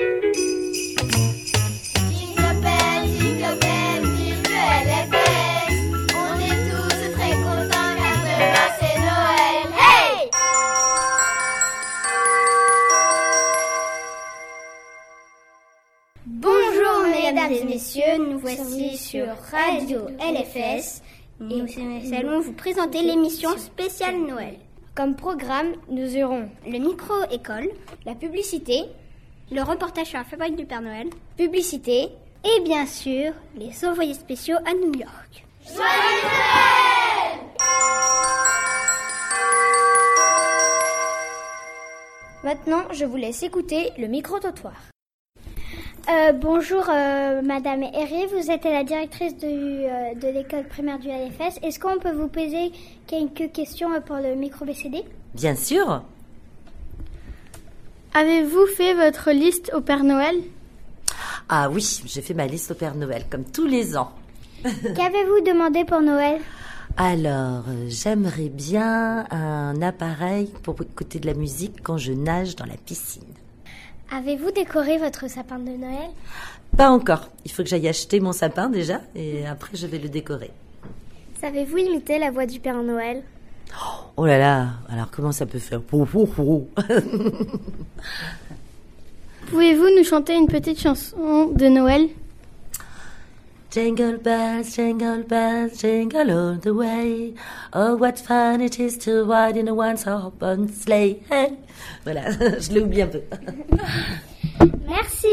e Mesdames et messieurs, nous voici sur Radio LFS et nous allons vous présenter l'émission spéciale Noël. Comme programme, nous aurons Le micro-école, la publicité, le reportage sur la fabrique du Père Noël publicité, et bien sûr les envoyés spéciaux à New York. Maintenant, je vous laisse écouter le micro-trottoir. bonjour euh, Madame Herry, vous êtes la directrice du, euh, de l'école primaire du LFS. Est-ce qu'on peut vous poser quelques questions euh, pour le micro-BCD Bien sûr. Avez-vous fait votre liste au Père Noël Ah oui, j'ai fait ma liste au Père Noël, comme tous les ans. Qu'avez-vous demandé pour Noël Alors, euh, j'aimerais bien un appareil pour écouter de la musique quand je nage dans la piscine. Avez-vous décoré votre sapin de Noël Pas encore. Il faut que j'aille acheter mon sapin déjà, et après je vais le décorer. Savez-vous imiter la voix du Père Noël Oh là là, alors comment ça peut faire Pou, pou, pou. Pouvez-vous nous chanter une petite chanson de Noël Jingle bells, jingle bells, jingle all the way. Oh, what fun it is to ride in a one-horse sleigh. Hey. Voilà, je l'ai oublié un peu. Merci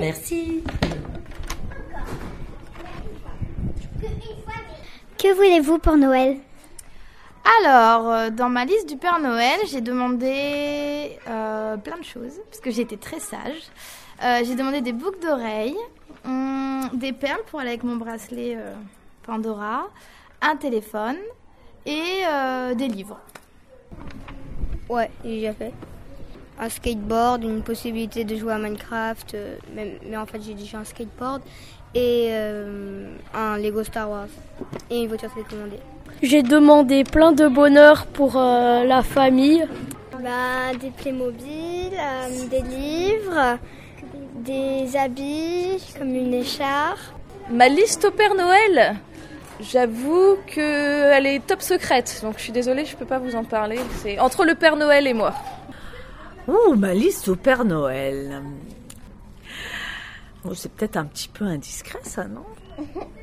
Merci. Que voulez-vous pour Noël Alors, euh, dans ma liste du Père Noël, j'ai demandé euh, plein de choses, parce que j'étais très sage. Euh, j'ai demandé des boucles d'oreilles, hum, des perles pour aller avec mon bracelet euh, Pandora, un téléphone et euh, des livres. Ouais, j'ai déjà fait. Un skateboard, une possibilité de jouer à Minecraft, euh, même- mais en fait j'ai déjà un skateboard et euh, un Lego Star Wars et une voiture télécommandée. J'ai demandé plein de bonheur pour euh, la famille. Bah, des Playmobil, euh, des livres, des habits comme une écharpe. Ma liste au Père Noël J'avoue que elle est top secrète, donc je suis désolée, je peux pas vous en parler. C'est entre le Père Noël et moi. Oh, ma liste au Père Noël. Bon, c'est peut-être un petit peu indiscret, ça, non Alors,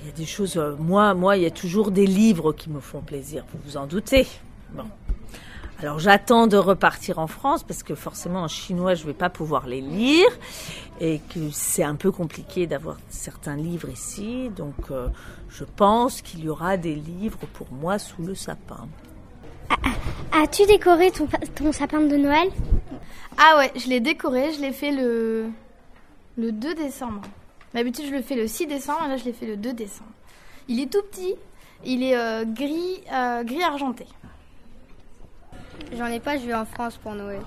il y a des choses. euh, moi, moi, il y a toujours des livres qui me font plaisir. Vous vous en doutez. Bon. Alors, j'attends de repartir en France parce que forcément, en chinois, je vais pas pouvoir les lire et que c'est un peu compliqué d'avoir certains livres ici. Donc, euh, je pense qu'il y aura des livres pour moi sous le sapin. As-tu décoré ton, ton sapin de Noël Ah ouais, je l'ai décoré, je l'ai fait le, le 2 décembre. D'habitude, je le fais le 6 décembre, là, je l'ai fait le 2 décembre. Il est tout petit, il est euh, gris, euh, gris argenté. J'en ai pas, je vais en France pour Noël.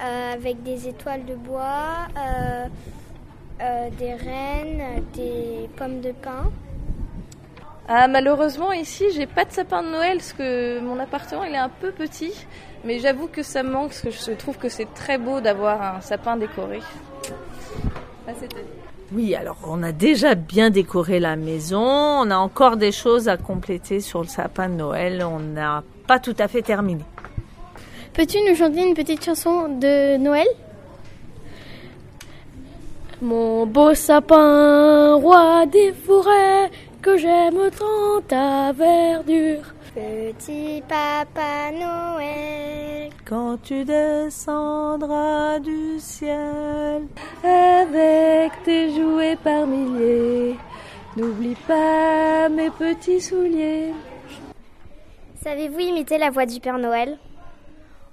Euh, Avec des étoiles de bois, euh, euh, des rennes, des pommes de pin. Ah, malheureusement, ici, j'ai pas de sapin de Noël parce que mon appartement il est un peu petit, mais j'avoue que ça me manque parce que je trouve que c'est très beau d'avoir un sapin décoré. Ah, c'était. Oui, alors on a déjà bien décoré la maison, on a encore des choses à compléter sur le sapin de Noël, on n'a pas tout à fait terminé. Peux-tu nous chanter une petite chanson de Noël Mon beau sapin, roi des forêts, que j'aime tant ta verdure. Petit papa Noël. Quand tu descendras du ciel avec tes jouets par milliers, n'oublie pas mes petits souliers. Savez-vous imiter la voix du Père Noël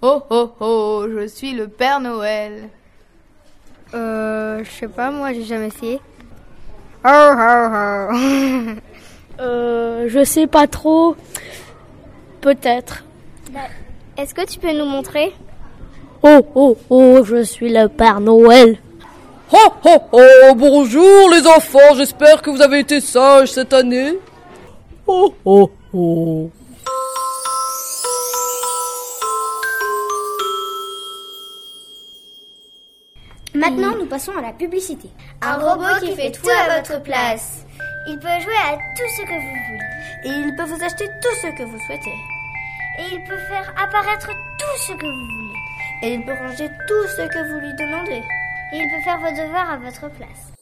Oh oh oh, je suis le Père Noël. Euh, je sais pas, moi j'ai jamais essayé. Oh, oh, oh. Euh, je sais pas trop. Peut-être. Est-ce que tu peux nous montrer Oh, oh, oh, je suis le Père Noël. Oh, oh, oh, bonjour les enfants, j'espère que vous avez été sages cette année. Oh oh oh Maintenant, nous passons à la publicité. Un robot qui fait tout à votre place. Il peut jouer à tout ce que vous voulez. Et il peut vous acheter tout ce que vous souhaitez. Et il peut faire apparaître tout ce que vous voulez. Et il peut ranger tout ce que vous lui demandez. et il peut faire vos devoirs à votre place.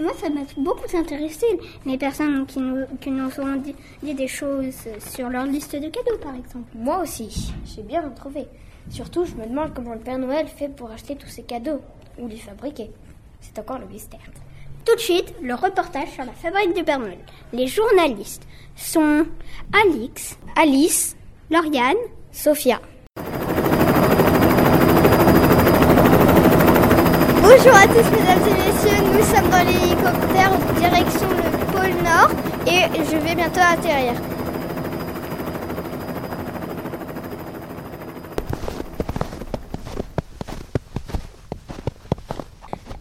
Moi, ça m'a beaucoup intéressé les personnes qui nous, qui nous ont dit, dit des choses sur leur liste de cadeaux, par exemple. Moi aussi, j'ai bien retrouvé. Surtout, je me demande comment le Père Noël fait pour acheter tous ces cadeaux ou les fabriquer. C'est encore le mystère. Tout de suite, le reportage sur la fabrique du Père Noël. Les journalistes sont Alix, Alice, Lauriane, Sophia. Bonjour à tous mesdames et messieurs, nous sommes dans l'hélicoptère direction le pôle Nord et je vais bientôt atterrir.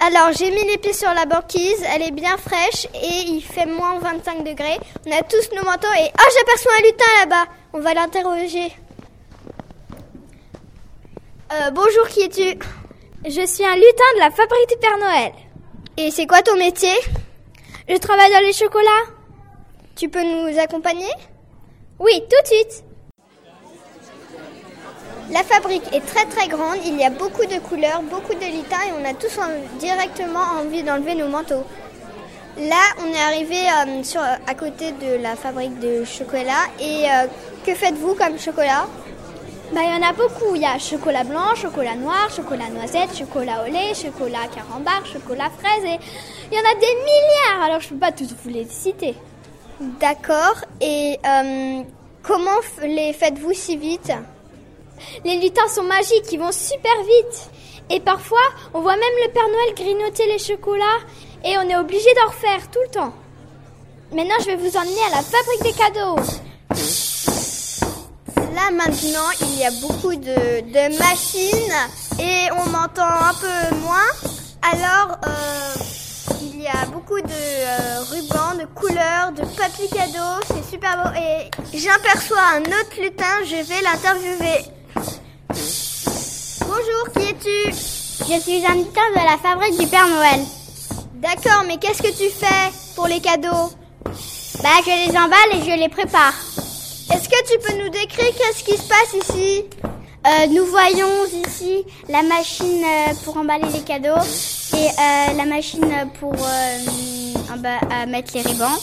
Alors j'ai mis les pieds sur la banquise, elle est bien fraîche et il fait moins 25 degrés. On a tous nos manteaux et... Oh j'aperçois un lutin là-bas, on va l'interroger. Euh, bonjour, qui es-tu Je suis un lutin de la fabrique du Père Noël. Et c'est quoi ton métier Je travaille dans les chocolats. Tu peux nous accompagner Oui, tout de suite. La fabrique est très très grande, il y a beaucoup de couleurs, beaucoup de lutins et on a tous en- directement envie d'enlever nos manteaux. Là, on est arrivé euh, sur, à côté de la fabrique de chocolat et euh, que faites-vous comme chocolat Bah, il y en a beaucoup. Il y a chocolat blanc, chocolat noir, chocolat noisette, chocolat au lait, chocolat carambar, chocolat fraise et il y en a des milliards. Alors, je peux pas tous vous les citer. D'accord, et euh, comment f- les faites-vous si vite Les lutins sont magiques, ils vont super vite. Et parfois, on voit même le Père Noël grignoter les chocolats et on est obligé d'en refaire tout le temps. Maintenant, je vais vous emmener à la fabrique des cadeaux. Là maintenant, il y a beaucoup de, de machines et on m'entend un peu moins. Alors, euh, il y a beaucoup de euh, rubans, de couleurs, de papier cadeau. C'est super beau. Et j'aperçois un autre lutin, je vais l'interviewer. Bonjour, qui es-tu Je suis un lutin de la fabrique du Père Noël. D'accord, mais qu'est-ce que tu fais pour les cadeaux Bah, je les emballe et je les prépare. Est-ce que tu peux nous décrire qu'est-ce qui se passe ici Euh, nous voyons ici la machine euh, pour emballer les cadeaux et euh, la machine pour euh, en bas, à mettre les rubans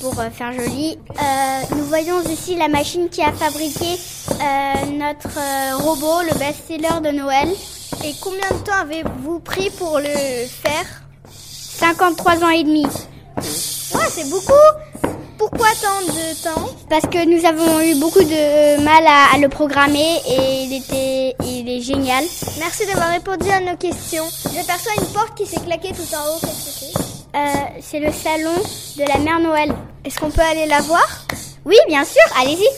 pour euh, faire joli. Euh, nous voyons ici la machine qui a fabriqué euh, notre euh, robot, le best-seller de Noël. Et combien de temps avez-vous pris pour le faire 53 ans et demi. Ouais, c'est beaucoup Pourquoi tant de temps Parce que nous avons eu beaucoup de euh, mal à, à le programmer et il était, il est génial. Merci d'avoir répondu à nos questions. J'aperçois une porte qui s'est claquée tout en haut. Qu'est-ce que c'est Euh, c'est le salon de la mère Noël. Est-ce qu'on peut aller la voir Oui, bien sûr, allez-y.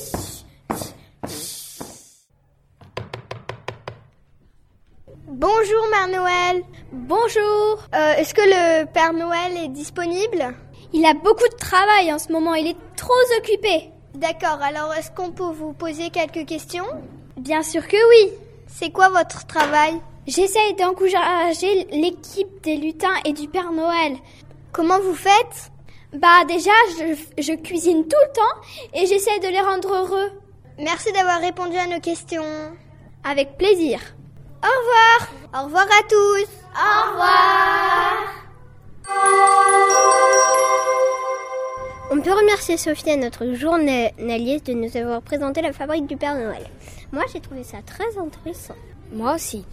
Bonjour Mère Noël Bonjour Euh, Est-ce que le Père Noël est disponible Il a beaucoup de travail en ce moment, il est trop occupé. D'accord, alors est-ce qu'on peut vous poser quelques questions Bien sûr que oui. C'est quoi votre travail J'essaye d'encourager l'équipe des lutins et du Père Noël. Comment vous faites Bah déjà, je, je cuisine tout le temps et j'essaye de les rendre heureux. Merci d'avoir répondu à nos questions. Avec plaisir. Au revoir Au revoir à tous Au revoir On peut remercier Sophie, notre journaliste, de nous avoir présenté la fabrique du Père Noël. Moi, j'ai trouvé ça très intéressant. Moi aussi.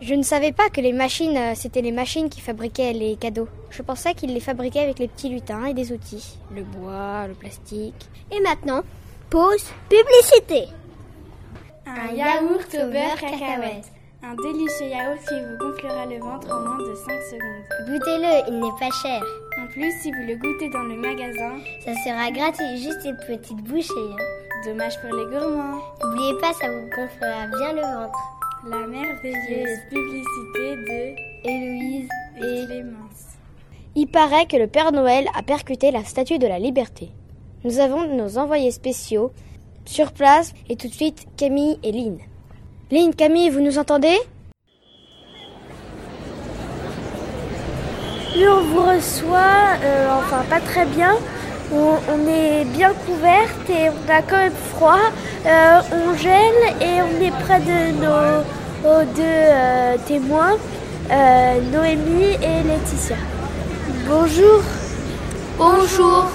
Je ne savais pas que les machines, euh, c'était les machines qui fabriquaient les cadeaux. Je pensais qu'ils les fabriquaient avec les petits lutins et des outils. Le bois, le plastique. Et maintenant, pause publicité. Un yaourt au beurre cacahuète. Un délicieux yaourt qui vous gonflera le ventre en moins de 5 secondes. Goûtez-le, il n'est pas cher. En plus, si vous le goûtez dans le magasin, Ça sera gratuit, juste une petite bouchée. hein. dommage pour les gourmands. N'oubliez pas, ça vous gonflera bien le ventre. La merveilleuse publicité de Héloïse et Clémence. Il paraît que le Père Noël a percuté la statue de la liberté. Nous avons nos envoyés spéciaux sur place et tout de suite Camille et Lynn. Lynn, Camille, vous nous entendez Et on vous reçoit, euh, enfin pas très bien, on, on est bien couverte et on a quand même froid, euh, on gèle et on est près de nos, nos deux euh, témoins, euh, Noémie et Laetitia. Bonjour. Bonjour.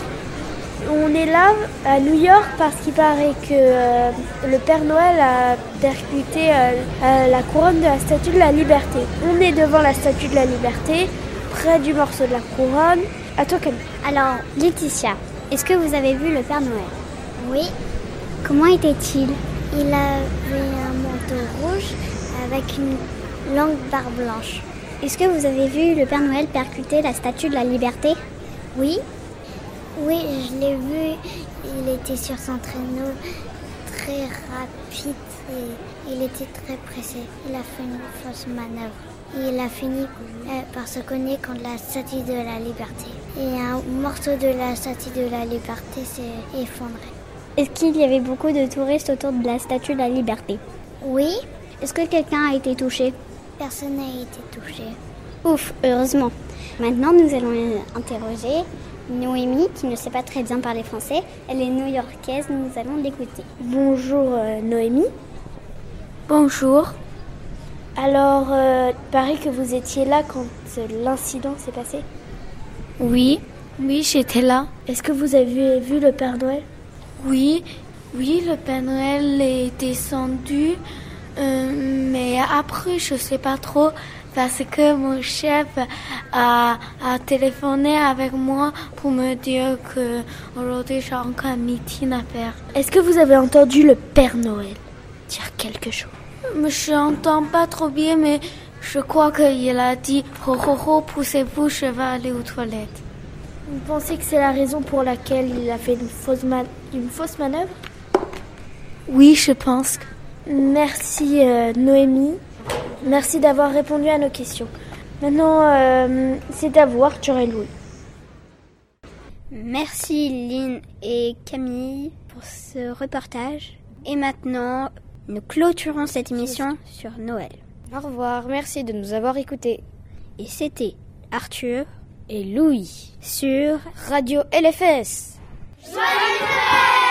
On est là à New York parce qu'il paraît que euh, le Père Noël a percuté euh, euh, la couronne de la Statue de la Liberté. On est devant la Statue de la Liberté, près du morceau de la couronne. À toi, Camille. Alors, Laetitia, est-ce que vous avez vu le Père Noël Oui. Comment était-il Il avait un manteau rouge avec une longue barre blanche. Est-ce que vous avez vu le Père Noël percuter la Statue de la Liberté Oui, oui, je l'ai vu. Il était sur son traîneau très rapide et il était très pressé. Il a fait une fausse manœuvre. Il a fini euh, par se cogner contre la statue de la liberté. Et un morceau de la statue de la liberté s'est effondré. Est-ce qu'il y avait beaucoup de touristes autour de la Statue de la Liberté Oui, Est-ce que quelqu'un a été touché personne n'a été touché. Ouf, heureusement. Maintenant, nous allons interroger Noémie, qui ne sait pas très bien parler français. Elle est new-yorkaise, nous allons l'écouter. Bonjour euh, Noémie. Bonjour. Alors, euh, il paraît que vous étiez là quand euh, l'incident s'est passé Oui, oui, j'étais là. Est-ce que vous avez vu le Père Noël Oui, oui, le Père Noël est descendu, euh, mais après, je sais pas trop parce que mon chef a, a téléphoné avec moi pour me dire que aujourd'hui j'ai encore un meeting à faire. Est-ce que vous avez entendu le Père Noël dire quelque chose Je n'entends pas trop bien, mais je crois qu'il a dit ho ho ho, poussez-vous, je vais aller aux toilettes. Vous pensez que c'est la raison pour laquelle il a fait une fausse, man- une fausse manœuvre Oui, je pense. que- Merci euh, Noémie. Merci d'avoir répondu à nos questions. Maintenant, euh, c'est à vous Arthur et Louis. Merci Lynn et Camille pour ce reportage. Et maintenant, nous clôturons cette émission sur Noël. Au revoir, merci de nous avoir écoutés. Et c'était Arthur Et Louis sur Radio LFS. Joyeux Noël